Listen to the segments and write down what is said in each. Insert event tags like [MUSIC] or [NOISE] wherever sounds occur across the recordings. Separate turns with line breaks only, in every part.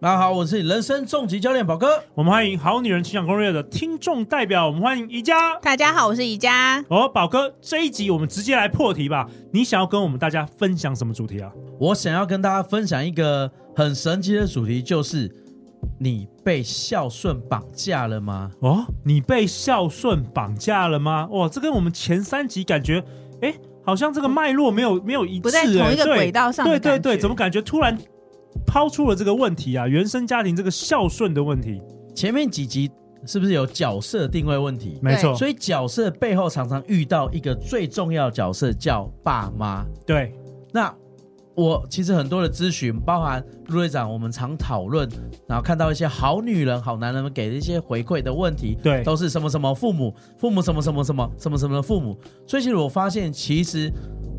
大家好，我是你人生重疾教练宝哥。
我们欢迎《好女人情感攻略》的听众代表，我们欢迎宜家。
大家好，我是宜家。
哦，宝哥，这一集我们直接来破题吧。你想要跟我们大家分享什么主题啊？
我想要跟大家分享一个很神奇的主题，就是你被孝顺绑架了吗？
哦，你被孝顺绑架了吗？哇，这跟我们前三集感觉，哎，好像这个脉络没有没有一致，
嗯不在同一
诶
个
对
轨道上的
对对
感
对，
觉
怎么感觉突然抛出了这个问题啊？原生家庭这个孝顺的问题，
前面几集是不是有角色定位问题？
没错，
所以角色背后常常遇到一个最重要的角色叫爸妈。
对
那我其实很多的咨询，包含陆队长，我们常讨论，然后看到一些好女人、好男人们给的一些回馈的问题，
对
都是什么什么父母，父母什么什么什么什么什么的父母。所以其实我发现，其实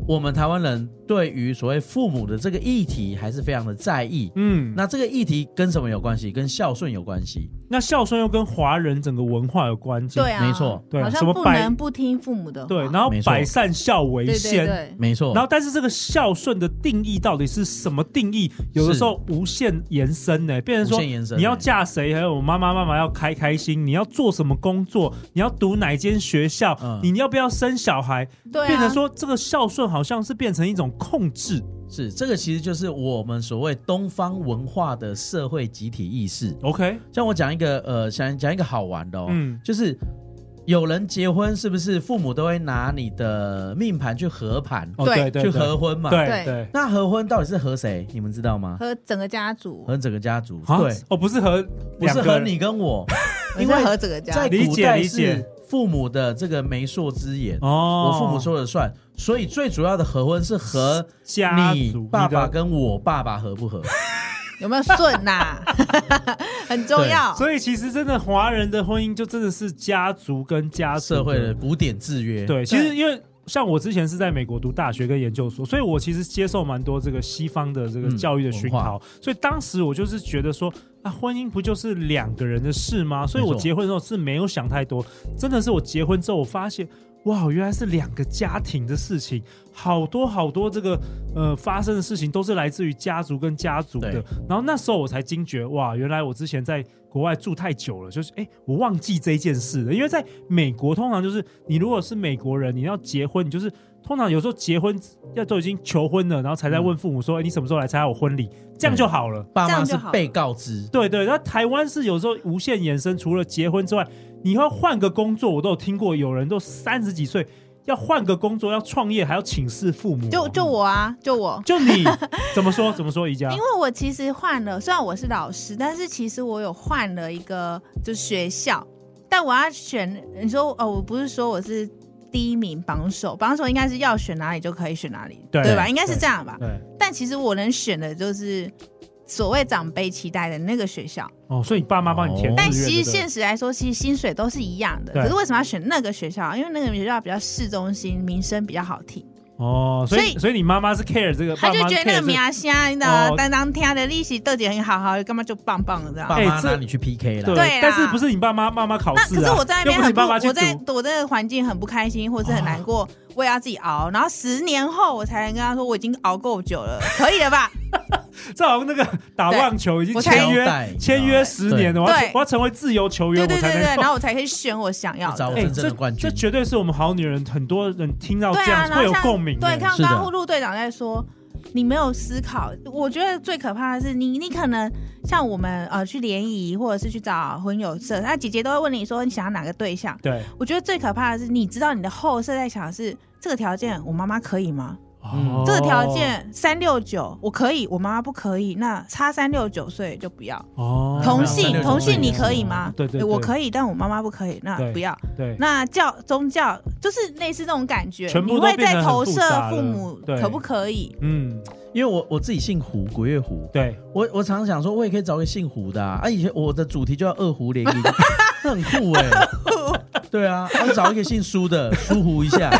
我们台湾人对于所谓父母的这个议题还是非常的在意。
嗯，那
那这个议题跟什么有关系？跟孝顺有关系。
那孝顺又跟华人整个文化有关系，
对啊，
没错
对
好
什么
像不
百
能不听父母的话。
对，然后
啊没错
百善孝为
对
先。
对对，
没错。
然后，但是这个孝顺的定义到底是什么定义？有的时候无限延伸呢、变成
无限延
说
伸
你要嫁谁，还有我妈妈妈妈要开开心，你要做什么工作，你要读哪间学校，
嗯
你要不要生小孩，
对啊，
变成说这个孝顺好像是变成一种控制
是这个，其实就是我们所谓东方文化的社会集体意识。
，OK，
像我讲一个呃，想讲一个好玩的哦，
嗯
就是有人结婚是不是父母都会拿你的命盘去合盘，
哦
对
对
去
对
合婚嘛？
对
对
对
那合婚到底是合谁？你们知道吗？
和整个家族，
合整个家族，
啊
对，
哦不是和
不是
两
合
个
你跟
[LAUGHS]
我，
因
因
为
为
和整个家
在
族。
理
古
解
代
理解
是父母的这个媒妁之言，
哦，
我父母说了算，所以最主要的合婚是和
家
你
族
爸爸
你的
跟我爸爸合不合？
有没有顺呐？很重要。
所以其实真的华人的婚姻就真的是家族跟家族
社会的古典制约，
对，其实
对
因为像我之前是在美国读大学跟研究所，所以我其实接受蛮多这个西方的这个
嗯
教育的熏
文化
陶，所以当时我就是觉得说。啊，婚姻不就是两个人的事吗？所以我
没错
结婚的时候是没有想太多，真的是我结婚之后，我发现，哇，原来是两个家庭的事情，好多好多这个呃发生的事情都是来自于家族跟家族的
对。
然后那时候我才惊觉，哇，原来我之前在国外住太久了，就是哎，诶我忘记这件事了。因为在美国，通常就是你如果是美国人，你要结婚，你就是通常有时候结婚要都已经求婚了，然后才在问父母说，哎、你什么时候来参加我婚礼？这样就好了。
爸
这样
妈
就是好了
被告知，
对对，那台湾是有时候无限延伸，除了结婚之外，你要换个工作，我都有听过，有人都三十几岁要换个工作，要创业，还要请示父母。
就就我啊，就我，
就你怎么
[LAUGHS]
说？怎么说？宜家
因为我其实换了，虽然我是老师，但是其实我有换了一个就学校，但我要选，你说哦，我不是说我是第一名榜首，榜首应该是要选哪里就可以选哪里，
对
对吧？应该是这样吧？
对
但其实我能选的就是所谓长辈期待的那个学校，
哦，所以你爸妈帮你填
哦
但
志
其
愿，对
实
不对
现实来说，其实薪水都是一样的。
对
可是为什么要选那个学校？因为那个学校比较市中心，名声比较好听，
哦，所以
所以
所以你妈妈是 care 这个，
他
爸
就
妈
觉得
care 这
那个啊
个
名声
哦
的担当天的利息到底很好，好干嘛就棒棒的这
爸
样。
妈
哎这
拿你去 PK
对
了，
对啦啊
但是不是你爸妈妈妈考
那
试啊？
可是我在那边
又不是
很
你
不，
爸妈去
我
读
在我在环境很不开心，或者是很难过，我也要自己熬。然后十年后我才能跟他说，我已经熬够久了，可以了吧？
[LAUGHS] 这好像那个打棒球已经
我才
签
交
约
代你知道吗
签约十年了，我要
对
我要成为自由球
对
员，
对
我
对
才
对，
能够
然后我才可以选我想要
[LAUGHS]
去找
的
我。
哎，
[LAUGHS] 真正的冠军
这绝对是我们好女人，很多人听到哦
对
这
啊，
样
然
会
后
有
像
共鸣的。
对，看到
是的
刚刚陆队长在说，你没有思考。我觉得最可怕的是你，你可能像我们呃去联谊或者是去找婚友社，那姐姐都会问你说你想要哪个对象。
对，
我觉得最可怕的是，你知道你的后设在想的是这个条件，我妈妈可以吗？
嗯
哦
这个条件三六九我可以，我妈妈不可以，那差三六九岁就不要。
哦，
同
没
性
有
同性
没有
你可以吗？
对对
我
对
可以，但我妈妈不可以，那
对
不要。
对，
那教宗教就是类似这种感觉，
全部
你
都
会
变得
在
很
投
复
射
杂了
父母
对
可不可以？
嗯，
因为我我自己姓胡，古月胡，
对，
我我常想说，我也可以找个姓胡的啊。啊以前我的主题就叫二胡联姻， [LAUGHS] 那很酷哎、
[LAUGHS]
对啊，我找一个姓苏的，苏胡一下。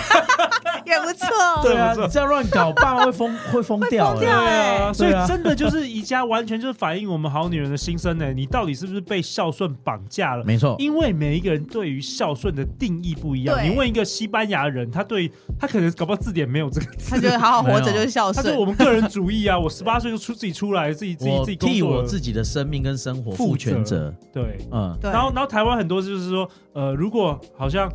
也不错。哦
对啊，
不错
你这样乱搞，爸妈会疯，会疯掉欸
疯
的、
掉对
啊，所以
对啊
真的就是宜家完全就是反映我们好女人的心声呢、你到底是不是被孝顺绑架了？
没错，
因为每一个人对于孝顺的定义不一样。
对
你问一个西班牙人，他对他可能搞不好字典没有这个
他
字，
觉得好好活着
没有
就是孝
他说
顺
我。们个人主义啊，我十八岁就出自己出来，自己自己
我
自己工
替
作
我
了
自己的生命跟生活负全责。
对。
嗯，
对，
然后然后台湾很多就是说，呃，如果好像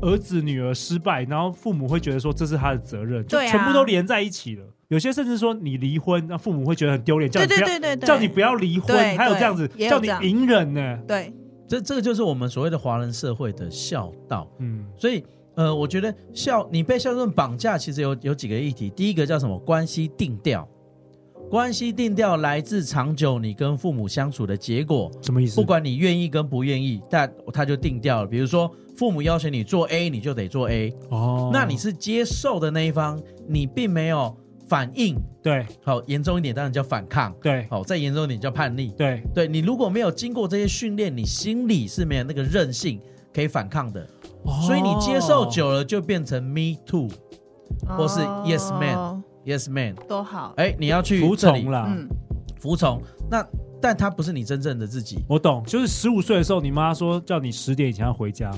儿子女儿失败，然后父母会觉得说这是他的责任，就
对啊
全部都连在一起了。有些甚至说你离婚，那父母会觉得很丢脸，叫
对
你不
对
要
对对对，
叫你不要离婚
对，
还有
对
这样子
也有
叫
这
你
样
隐忍呢。
对
这这个就是我们所谓的华人社会的孝道。
嗯，
所以，呃，我觉得孝你被孝顺绑架，其实有有几个议题。第一个叫什么？关系定调。关系定调来自长久你跟父母相处的结果，
什么意思？
不管你愿意跟不愿意，但他就定调了。比如说，父母要求你做 A，你就得做 A，、
哦，
那你是接受的那一方，你并没有反应。
对
好，严重一点当然叫反抗，
对
好，再严重一点叫叛逆。
对，
对你如果没有经过这些训练，你心里是没有那个韧性可以反抗的。所以你接受
哦
久了就变成 me too，yes 或是 yes man
哦
man。
都好。
哎，你要去
服
这里
从啦。
嗯，
服从。那但他不是你真正的自己。
我懂，就是十五岁的时候，你妈说叫你十点以前要回家，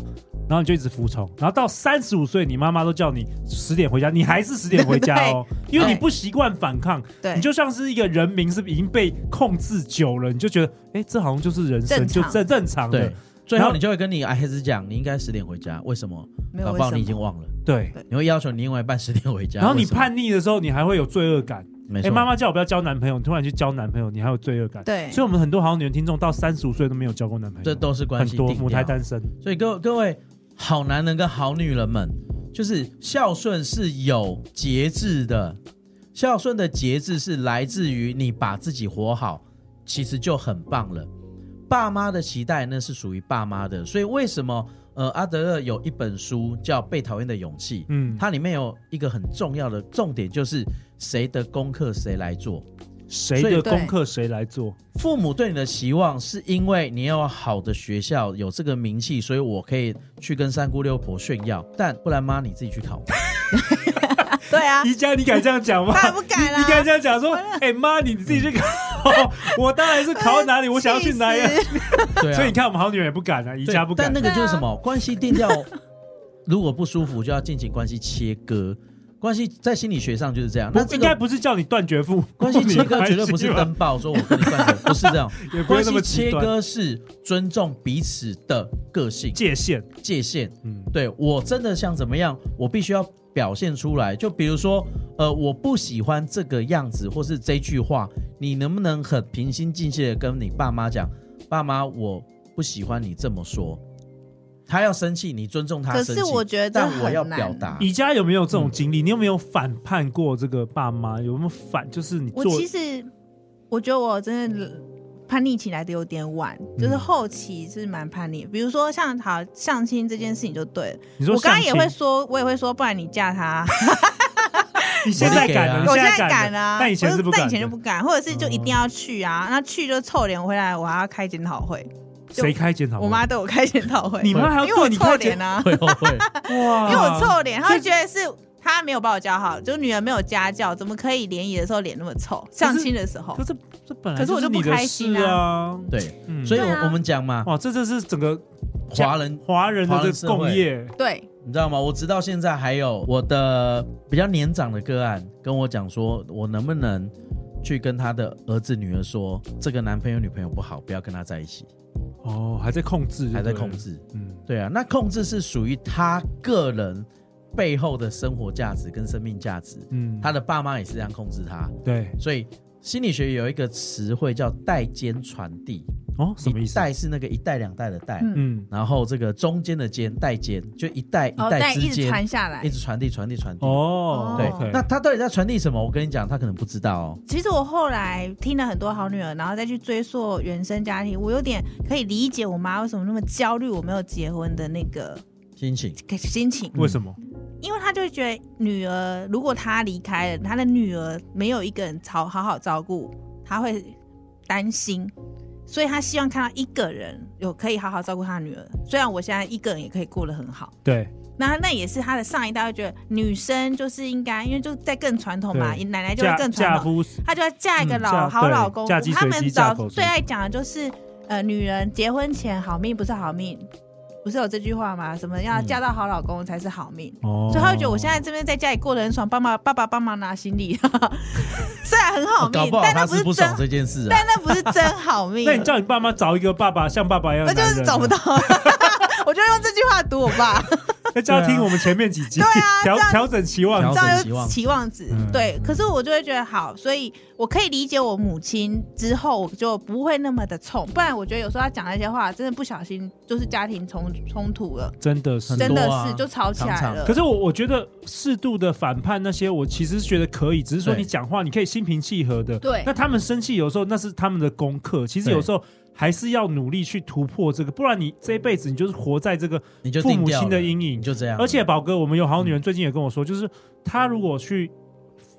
然后你就一直服从，然后到三十五岁，你妈妈都叫你十点回家，你还是十点回家
[LAUGHS]
哦，因为你不习惯反抗，
对，
你就像是一个人民是已经被控制久了，你就觉得，哎，这好像就是人生，
正
就
常
正正常的
对，，最
然
后
后
你就会跟你哎孩子讲，你应该十点回家，为什么？
没有
搞
为
不好
什
你已经
么。
忘了，
对。
你会要求你另外一半十点回家。
然后你
为什么，
叛逆的时候，你还会有罪恶感。
没
哎，
错，
妈妈叫我不要交男朋友，你突然去交男朋友，你还有罪恶感。
对
所以，我们很多好女人听众到三十五岁都没有交过男朋友，
这都是关
很
系
多
定
母胎
调
单身。
所以各各位好男人跟好女人们，就是孝顺是有节制的，孝顺的节制是来自于你把自己活好，其实就很棒了。爸妈的期待那是属于爸妈的，所以为什么呃阿德勒有一本书叫《被讨厌的勇气》，
嗯，
它里面有一个很重要的重点，就是谁的功课谁来做。
谁
所以
的
对
功课谁来做？
父母对你的期望，是因为你要有好的学校，有这个名气，所以我可以去跟三姑六婆炫耀。但不然妈你自己
[LAUGHS]
去考，
对啊，
宜家，你敢这样讲吗？
当 [LAUGHS] 然不敢啦啊
你敢这样讲说，哎妈，你自己去考，我当然是考到哪里，我想要去
[LAUGHS]
哪里。
气死
对
[LAUGHS]
啊
所以你看，我们好女人也不敢啊，宜家不
但
敢
那。个就是什么、关系定调，如果不舒服就要进行关系切割。关系在心理学上就是这样。那
不
这
应该
个
不是叫你断绝父
关系切割绝对不
[LAUGHS]
是
的，
登报说我跟你断绝，不是这样。
[LAUGHS] 也不会
关
那
系
么极
切
端
割是尊重彼此的个性
界限。
界限。
嗯，
对我真的想怎么样，我必须要表现出来。就比如说，呃，我不喜欢这个样子，或是这句话，你能不能很平心静气的跟你爸妈讲，爸妈，我不喜欢你这么说。他要生气，你尊重他
可
生气。
是我觉得
但
很
我要
难
表达，
宜家有没有这
嗯
种经历？你有没有反叛过这个爸妈？有没有反？就是你
我
做
其实我觉得我真的叛逆起来的有点晚，
嗯
就是后期是蛮叛逆。比如说像好相亲这件事情就对了，
你说
我刚刚
相
也
亲
会说，我也会说，不然你嫁他。
你现在敢了，
我
你
我
现
现
在
在
敢
敢
了
啊，
但以前
我
是不敢的。哦
但以前就不敢，或者是就一定要去啊，那去就臭脸回来，我还要开检讨会。就
谁开检讨会？
我妈对我开检讨会，
哦你妈还要
因为我
对你开
臭
检哦
脸啊，
会后会，
哇
因为我臭脸，她会觉得是她没有把我教好，就女儿没有家教，怎么可以联谊的时候脸那么臭？相亲的时候
可，是这本来
可是我
就
就不
你的
开心
事啊。
[LAUGHS] 对，
嗯
所以
对啊
我我们讲嘛，
哇，这这是整个
华人，
华人的这个共业，
对，
你知道吗？我直到现在还有我的比较年长的个案跟我讲说，我能不能去跟他的儿子女儿说，这个男朋友女朋友不好，不要跟他在一起。
哦，还在控制，
还在控，制。
嗯，
对啊，那控制是属于他个人背后的生活价值跟生命价值，
嗯
他的爸妈也是这样控制他，
对
所以。心理学有一个词汇叫“代间传递”，
哦，什么意思
一？代是那个一代两代的代，
嗯
嗯，
然后这个中间的间代间，就一代一
哦，
代
但
之
一直
间、
传下来
一。直传递传递传递。
哦，
对
OK
那他到底在传递什么？我跟你讲，他可能不知道哦。
其实我后来听了很多好女儿，然后再去追溯原生家庭，我有点可以理解我妈为什么那么焦虑，我没有结婚的那个
心情
心情。
为什么？
因为他就会觉得女儿如果他离开了，他的女儿没有一个人照好好照顾，他会担心，所以他希望看到一个人有可以好好照顾他的女儿。虽然我现在一个人也可以过得很好，
对
那那也是他的上一代会觉得女生就是应该，因为就在更传统嘛，
对
奶奶就会
嫁
更传
嫁
统，
夫
她就要嫁一个
嗯
老、
嫁
好
对
老公。
嫁鸡
他
随
们
鸡
早
嫁狗随
最爱讲的就是，呃，女人结婚前好命不是好命，不是有这句话吗？什么要
嗯
嫁到好老公才是好命。
哦，
所以他会觉得我现在这边在家里过得很爽，帮忙爸爸帮忙拿行李， [LAUGHS] 虽然很好
哦搞
命
不，好
哦但
他
那
是不
是
爽
真，
这件事啊
[LAUGHS] 但。那不是真好命。
那你叫你爸妈找一个爸爸像爸爸一样
那
的
就
男人啊，
是
[LAUGHS]
找不到， [LAUGHS] 我就用这句话堵我爸。
那就要听我们前面几集，
对啊
调
这样
调整期望
调
这
整
值，
样
期望
就期望值
嗯，
对。可是我就会觉得好，所以我可以理解我母亲之后，我就不会那么的冲。不然我觉得有时候她讲那些话，真的不小心就是家庭冲冲突了，
真的是
很多啊
真的是就吵起来了。
可是我我觉得适度的反叛那些，我其实是觉得可以，只是说
对
你讲话你可以心平气和的。
对
那他们生气有时候那是他们的功课，其实
对
有时候还是要努力去突破这个，不然你这一辈子你就是活在这个
你就
父
定
母
掉
亲的
了
阴影
你。就这样了，嗯
而且宝哥，我们有好女人最近也跟我说，就是她如果去，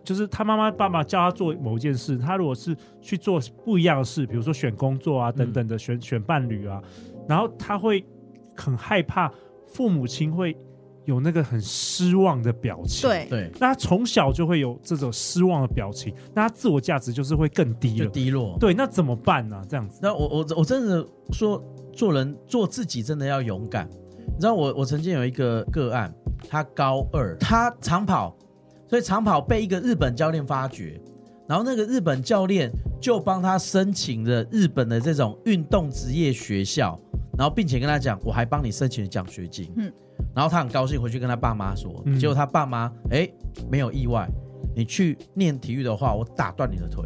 就是她妈妈爸爸叫她做某件事，她如果是去做不一样的事，比如说选工作啊等
嗯
等的，选选伴侣啊，然后她会很害怕父母亲会有那个很失望的表情。。
对，
对
那她从小就会有这种失望的表情，那她自我价值就是会更低
就
了。
低落。
对，那怎么办呢、这样子，
那我我我真的说做人做自己真的要勇敢。你知道我我曾经有一个个案，他高二，他长跑，所以长跑被一个日本教练发掘，然后那个日本教练就帮他申请了日本的这种运动职业学校，然后并且跟他讲，我还帮你申请了奖学金。嗯
嗯，
然后他很高兴回去跟他爸妈说，
嗯
结果他爸妈哎没有意外，你去念体育的话，我打断你的腿。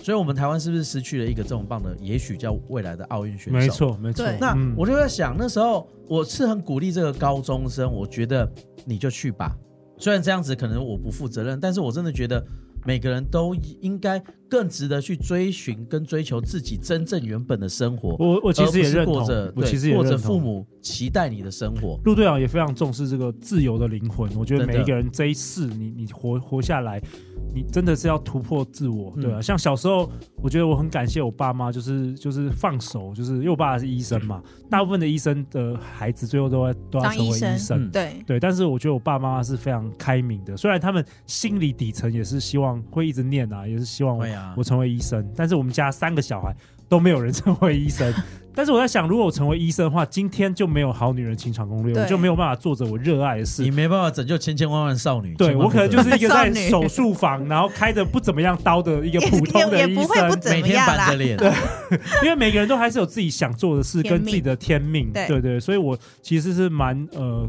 所以，我们台湾是不是失去了一个这种棒的，也许叫未来的奥运选手？
没。错，没错
对。
那
嗯
我就在想，那时候我是很鼓励这个高中生，我觉得你就去吧。虽然这样子可能我不负责任，但是我真的觉得每个人都应该更值得去追寻跟追求自己真正原本的生活。
我我其实也
而
认
不
同
是过着，
我
对
其实也
过着
认同
父母期待你的生活。
陆队长也非常重视这个自由的灵魂。我觉得
真的
每一个人这一世，你你活活下来，你真的是要突破自我，
嗯
对啊。像小时候，我觉得我很感谢我爸妈，就是就是放手，就是因为我爸是医生嘛，大部分的医生的孩子最后都要都要
当医
成为
生
医生，
嗯
对，
对，但是我觉得我爸妈是非常开明的，虽然他们心里底层也是希望会一直念啊，也是希望我,、
对啊
我成为医生。但是我们家三个小孩都没有人 [LAUGHS] 成为医生。但是我在想，如果我成为医生的话，今天就没有《好女人情场攻略》，我
对
就没有办法做着我热爱的
你
事。
没办法拯救千千万万少女，
对
千万
我
不
可能
得
就是一个在
少
手
女
术房，然后开着不怎么样刀的一个
也
普通的
也
医
不会不
生，
怎
每
么
天
样
板
啦
着。脸，
[LAUGHS] 因为每个人都还是有自己想做的事
天
跟
命
自己的天命，
对
对对，所以我其实是蛮呃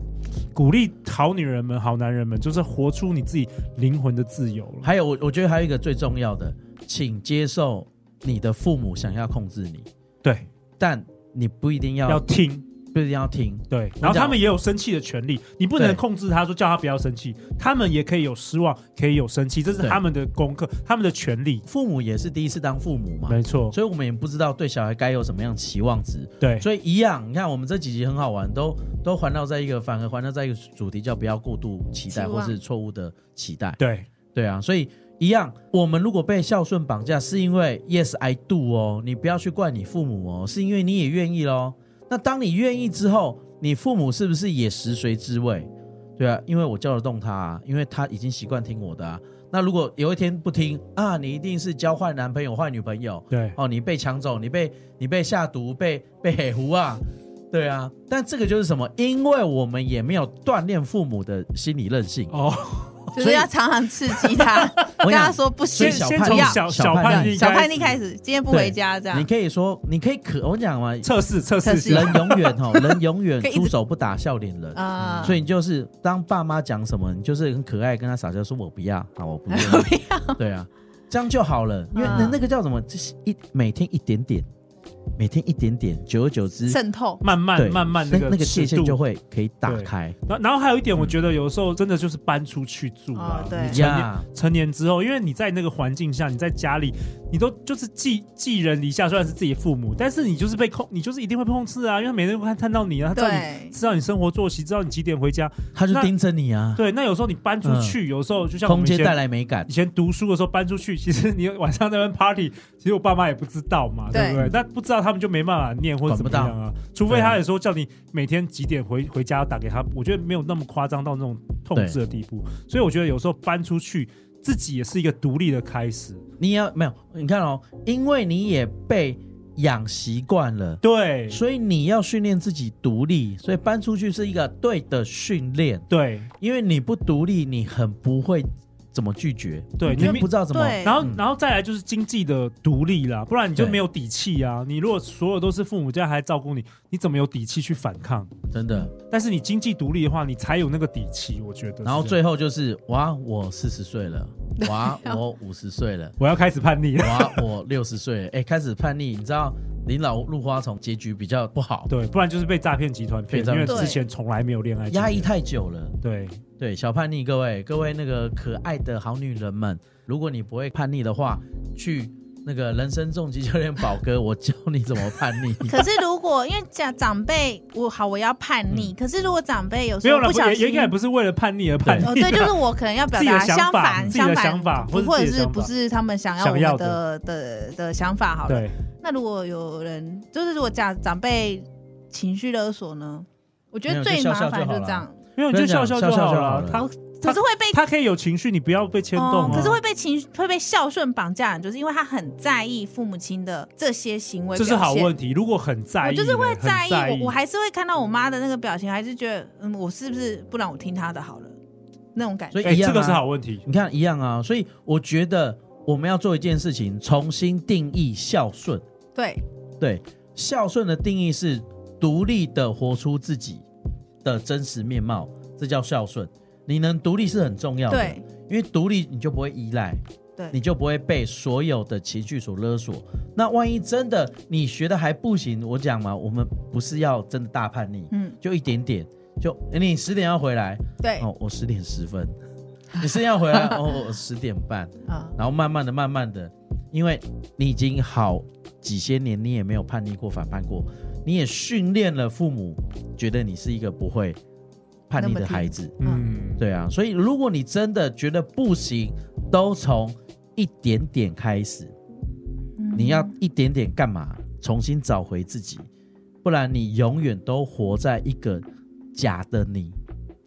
鼓励好女人们、好男人们，就是活出你自己灵魂的自由了。
还有我我觉得还有一个最重要的，请接受你的父母想要控制你，
对，
但你不一定要
要听。
不一定要听。
对，然后他们也有生气的权利，你不能控制他说叫他不要生气，他们也可以有失望，可以有生气，这是
对
他们的功课，他们的权利。
父母也是第一次当父母嘛，
没错，
所以我们也不知道对小孩该有什么样的期望值。
对，
所以一样，你看我们这几集很好玩，都都环绕在一个反而环绕在一个主题，叫不要过度期待
期
或
望
是错误的期待。
对，
对啊，所以一样，我们如果被孝顺绑架，是因为 yes I do 哦，你不要去怪你父母哦，是因为你也愿意喽。那当你愿意之后，你父母是不是也食髓知味？对啊，因为我教得动他、啊，因为他已经习惯听我的啊。那如果有一天不听啊，你一定是交坏男朋友、坏女朋友
对，
哦，你被抢走，你被你被下毒，被被黑糊啊，对啊。但这个就是什么？因为我们也没有锻炼父母的心理韧性，
哦，
所
就是
以
要常常刺激他，跟他说不
所
行
以，
先
小
先
叛
从
逆
小
小
小
叛
叛
逆
逆，
小叛逆开，始，今天不
对
回家这
你
样，
可以说，你可以可，我跟你讲
[LAUGHS]
嘛，
测试测试
测
一
试
下，
人永远
[LAUGHS]
吼，人永远
可以一直
出手不打笑脸人。
嗯
啊
所以你就是当爸妈讲什么，你就是很可爱跟他撒娇说“我不要”，好，我
[LAUGHS]
不要，对啊，这样就好了，因为那
嗯
那个叫什么，就是一每天一点点，每天一点点，久而久之，
渗透。
慢慢
对
慢慢
那
个
那个
尺
界限
度
就。会可以打开
然后然后还有一点，我觉得有时候真的就是搬出去住啊
哦，对
你成年
呀。
成年之后，因为你在那个环境下，你在家里，你都就是寄寄人篱下，虽然是自己的父母，但是你就是被控，你就是一定会碰刺啊，因为每天都看看到你啊，他知道你
对
知道你生活作息，知道你几点回家。
他就
那
盯着你啊，
对，那有时候你搬出去，有时候就像我
嗯空
们以
间带
前
来美感
以。前读书的时候搬出去，其实你晚上在那边 party，其 [LAUGHS] 实我爸妈也不知道嘛，对
对
不对？那不知道他们就没办法念或者怎么样啊，除非他有时候叫你每天几点回回家打给他，我觉得没有那么夸张到那种控制的地步。所以我觉得有时候搬出去，自己也是一个独立的开始。
你要没有？你看哦，因为你也被养习惯了，
对
所以你要训练自己独立，所以搬出去是一个对的训练，
对
因为你不独立，你很不会怎么拒绝，
对，
你
你
就
没
不知道怎么。
对
然后
嗯，
然后再来就是经济的独立啦，不然你就
对
没有底气啊！你如果所有都是父母家还照顾你，你怎么有底气去反抗？
真的。
但是你经济独立的话，你才有那个底气，我觉得是这样。
然后最后就是哇，我四十岁了，哇，我五十岁了，
我要开始叛逆了。 [LAUGHS]
哇，我六十岁了，哎、开始叛逆，你知道林老入花丛结局比较不好，
对，不然就是被诈骗集团骗，
被诈
因为
骗
之前从来没有恋爱经验
压抑。太久了。
对，
对，小叛逆，各位各位那个可爱的好女人们，如果你不会叛逆的话，去那个人生重击教练宝哥，我教你怎么叛逆。
[LAUGHS] 可是如果因为长长辈，我好我要叛逆，可是如果长辈
嗯
有
没
时
有
候
了，
小
也也
心
应该也不是为了叛逆而叛逆啦。
哦，对，就是我可能要表达
自己的想
相
法
反，
自己的
相
想法
不
或
或
者
者
自己的
是
想法
不是他们想要我
想要
们的的的想法好了。
[LAUGHS] 对，
那如果有人就是如果长长辈情绪勒索呢？我觉
没有
得最
就笑
麻
笑
烦
就好
就
了
这样，
没有你就
跟你
笑
讲
笑
笑笑
好
就好
了。
了
他
可是会被哦
他可以有情绪，你不要被牵动啊。
哎可是会被情会被孝顺绑架，就是因为他很在意父母亲的这些行为
这
表现。
是好问题。如果很在
我
意
就
呢，
是会
很
在
在
意，我我还是会看到我妈的那个表情，还是觉得嗯，我是不是不然我听她的好了那种感觉。
所以
哎，
一样、啊
这个是好问题。
你看一样啊，所以我觉得我们要做一件事情，重新定义孝顺。
对，
对，孝顺的定义是独立的活出自己的真实面貌，这叫孝顺。你能独立是很重要的，
对，
因为独立你就不会依赖，
对
你就不会被所有的情绪所勒索。那万一真的你学的还不行，我讲嘛，我们不是要真的大叛逆，
嗯，
就一点点，就诶你十点要回来，
对，
哦，我十点十分， [LAUGHS] 你十点要
[LAUGHS]
回来，哦，我十点半，
啊，
然后慢慢的、慢慢的，因为你已经好几些年，你也没有叛逆过、反叛过，你也训练了父母觉得你是一个不会叛逆的孩子，
嗯，
对啊，所以如果你真的觉得不行，都从一点点开始，
嗯
你要一点点干嘛？重新找回自己，不然你永远都活在一个假的你。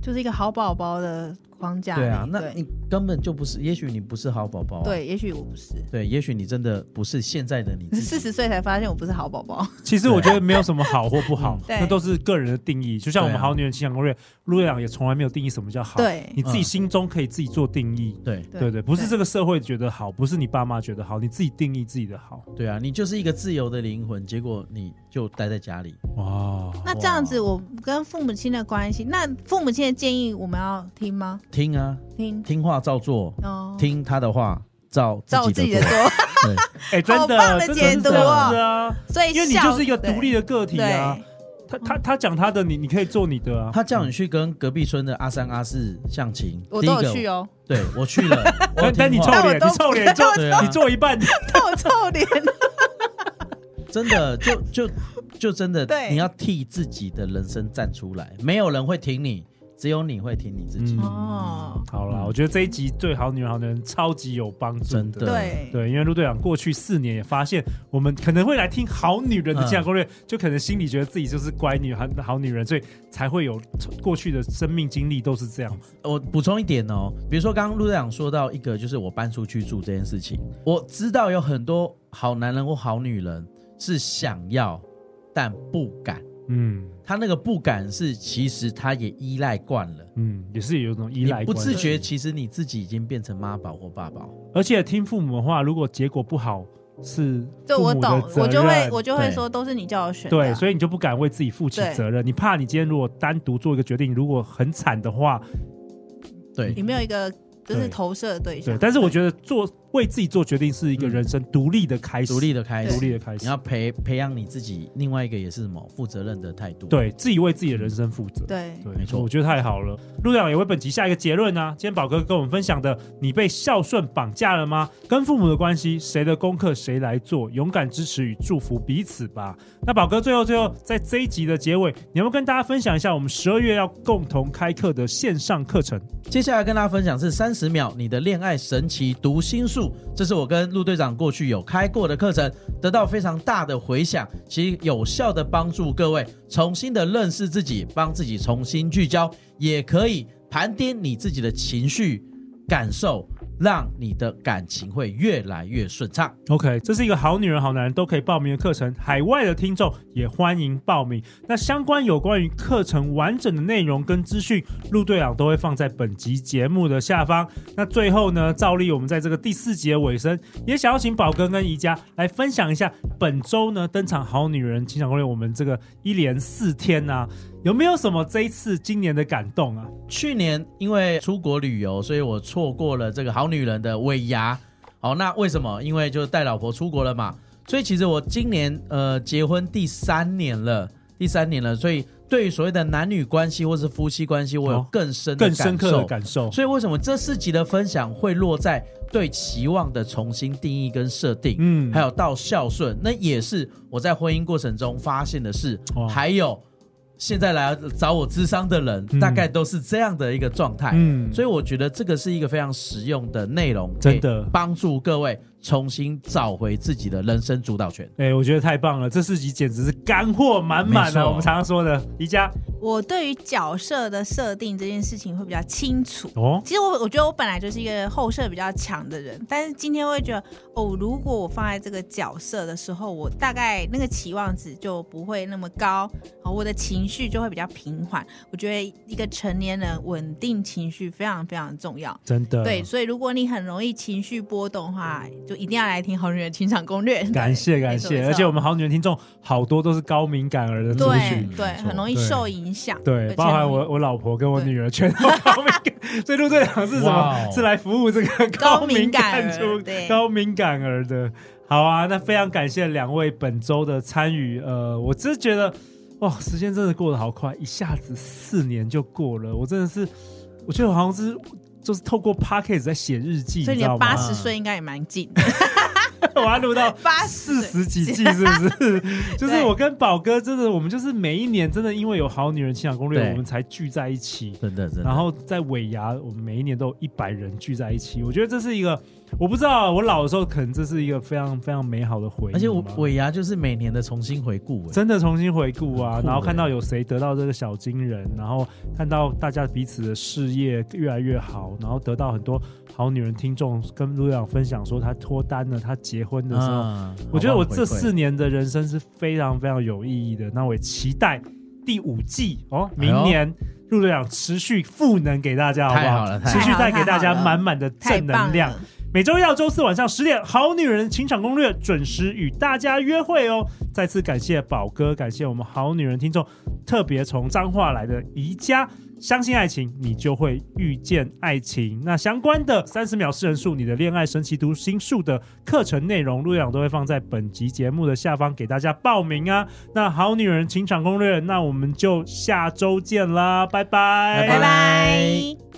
就是一个好宝宝的框架里。
对啊，那
对
你根本就不是，也许你不是好宝宝、啊。
对，也许我不是，
对，也许你真的不是现在的你
嗯
自己。
四十岁才发现我不是好宝宝。
其实我觉得没有什么好或不好
[LAUGHS] ，
[LAUGHS]
对
那都是个人的定义。就像我们
对啊
好女人情感攻略，陆队长也从来没有定义什么叫好。
对
你自己
嗯
心中可以自己做定义。
对
对对，不是这个社会觉得好，不是你爸妈觉得好，你自己定义自己的好。
对啊，你就是一个自由的灵魂，结果你就待在家里。
哇，
那这样子，我跟父母亲的关系，那父母亲的建议我们要听吗？
听啊，
听
听话照做，
哦，
听他的话照
照
自
自己
己的
的
做。
做。 [LAUGHS]
对，
哎，真
好棒的
真
解
是
读
这样
哦
子啊，
所以
因为你
孝
就是一个独立的个体啊。
对
他他他讲他的，你你可以做你的啊。
他叫你去跟隔壁村的阿三阿四相亲，
我
第一
都
个
有去
[LAUGHS]
哦，
对我去了，我有
但但你
听
臭
话
但
脸，
我
你
都
臭脸做
对啊
你做一半，
臭臭脸，
真的就就就真的，
对
你要替自己的人生站出来，没有人会挺你，只有你会挺你自
嗯
己。
哦
好啦，嗯我觉得这一集对好女人好男人超级有帮助
真的
的。
对
对，因为陆队长过去四年也发现，我们可能会来听《好女人的情感攻
嗯
略》就可能心里觉得自己就是乖女孩、好女人，所以才会有过去的生命经历都是这样子。
我补充一点哦，比如说刚刚陆队长说到一个，就是我搬出去住这件事情，我知道有很多好男人或好女人是想要，但不敢。
嗯
他那个不敢是，其实他也依赖惯了，
嗯，也是有一种依赖
你
关
不
系，
自觉，其实你自己已经变成妈宝或爸宝。
而且听父母的话，如果结果不好，是
这我
父母的
懂，我
责
就会
任
我就会说都是你叫我选的啊，
对，所以你就不敢为自己负起
对
责任。你怕你今天如果单独做一个决定，如果很惨的话，
对
你没有一个就
对
是投射的对
对。
象。
但是我觉得做为自己做决定是一个人生独立的开始，
嗯独立的开始，
独立的开
你
始
要，培培养你自己，另外一个也是什么负责任的态度。，
对自己为自己的人生负责。
对，
对，
没错
我觉得太好了。陆队长也为本集下一个结论啊。今天宝哥跟我们分享的，你被孝顺绑架了吗？跟父母的关系，谁的功课谁来做？勇敢支持与祝福彼此吧。那宝哥最后最后在这一集的结尾，你要不要跟大家分享一下我们十二月要共同开课的线上课程？
接下来跟大家分享是三十秒你的恋爱神奇读心术，这是我跟陆队长过去有开过的课程，得到非常大的回响，其实有效的帮助各位重新的认识自己，帮自己重新聚焦，也可以盘点你自己的情绪感受，让你的感情会越来越顺畅。
OK，这是一个好女人、好男人都可以报名的课程，海外的听众也欢迎报名。那相关有关于课程完整的内容跟资讯，陆队长都会放在本集节目的下方。那最后呢，照例我们在这个第四节尾声，也想要请宝哥跟宜家来分享一下本周呢登场《好女人情场攻略》，我们这个一连四天啊，有没有什么这一次今年的感动啊？
去年因为出国旅游，所以我错过了这个好女人的尾牙。好，那为什么？因为就带老婆出国了嘛。所以其实我今年呃结婚第三年了，第三年了，所以对于所谓的男女关系或是夫妻关系，我有
哦
更深的
更
感受、
深刻的感受。
所以为什么这四集的分享会落在对期望的重新定义跟设定，
嗯
还有到孝顺，那也是我在婚姻过程中发现的事，
哦
还有现在来找我咨商的人，
嗯
大概都是这样的一个状态。
嗯
所以我觉得这个是一个非常实用的内容，
真的
可以帮助各位重新找回自己的人生主导权。
哎、我觉得太棒了，这四集简直是干货满满
没
啊！
错
我们常常说的宜家
我对于角色的设定这件事情会比较清楚。
哦，
其实我我觉得我本来就是一个后设比较强的人，但是今天会觉得哦，如果我放在这个角色的时候，我大概那个期望值就不会那么高，好我的情绪就会比较平缓。我觉得一个成年人稳定情绪非常非常重要。
真的
对，，所以如果你很容易情绪波动的话，就一定要来听《好女人情场攻略》。
感谢
对
感谢，
没错
而且我们好女人听众好多都是高敏感儿的族
对
群。
对，很容易
对
受影响。
对，
而且
包含
容易
我我老婆跟我女儿全都高敏感，所以陆队长是什
哇
么？
哦
是来服务这个
高
敏
敏感
感
儿
族、
对
高敏感儿的。好啊，那非常感谢两位本周的参与。呃，我真觉得哇，时间真的过得好快，一下子四年就过了。我真的是，我觉得我好像是就是透过 p o c k e t 在写日记，
所以
你
你
知道
的八
吗？
十岁应该也蛮近的，
我要录到
[LAUGHS] 八
四
十
十几季是不
[LAUGHS]
是？就是我跟宝哥真的，我们就是每一年真的因为有《好女人情感攻略》，
对
我们才聚在一起。
真的，真的。
然后在尾牙，我们每一年都有一百人聚在一起。我觉得这是一个，我不知道啊我老的时候，可能这是一个非常非常美好的回忆吧。
而且我尾牙就是每年的重新回顾，哎
真的重新回顾啊
很，酷
然后
欸
看到有谁得到这个小金人，然后看到大家彼此的事业越来越好，然后得到很多好女人听众跟陆队长分享说她脱单了，她结婚的时候，
啊
我觉得我
好棒
这
回馈
四年的人生是非常非常有意义的。那我也期待第五季哦，
哎呦
明年陆队长持续赋能给大家，好不
太
好？
好了太
持
好了
续带给大家
太好了
满满的
太
[LAUGHS] 正
棒
能
了
量。每周一到周四晚上十点，《好女人情场攻略》准时与大家约会哦。再次感谢宝哥，感谢我们好女人听众，特别从彰化来的宜家。相信爱情，你就会遇见爱情。那相关的三十秒四人术，你的恋爱神奇读心术的课程内容，陆队长都会放在本集节目的下方给大家报名啊。那好女人情场攻略，那我们就下周见啦，拜拜，
拜拜。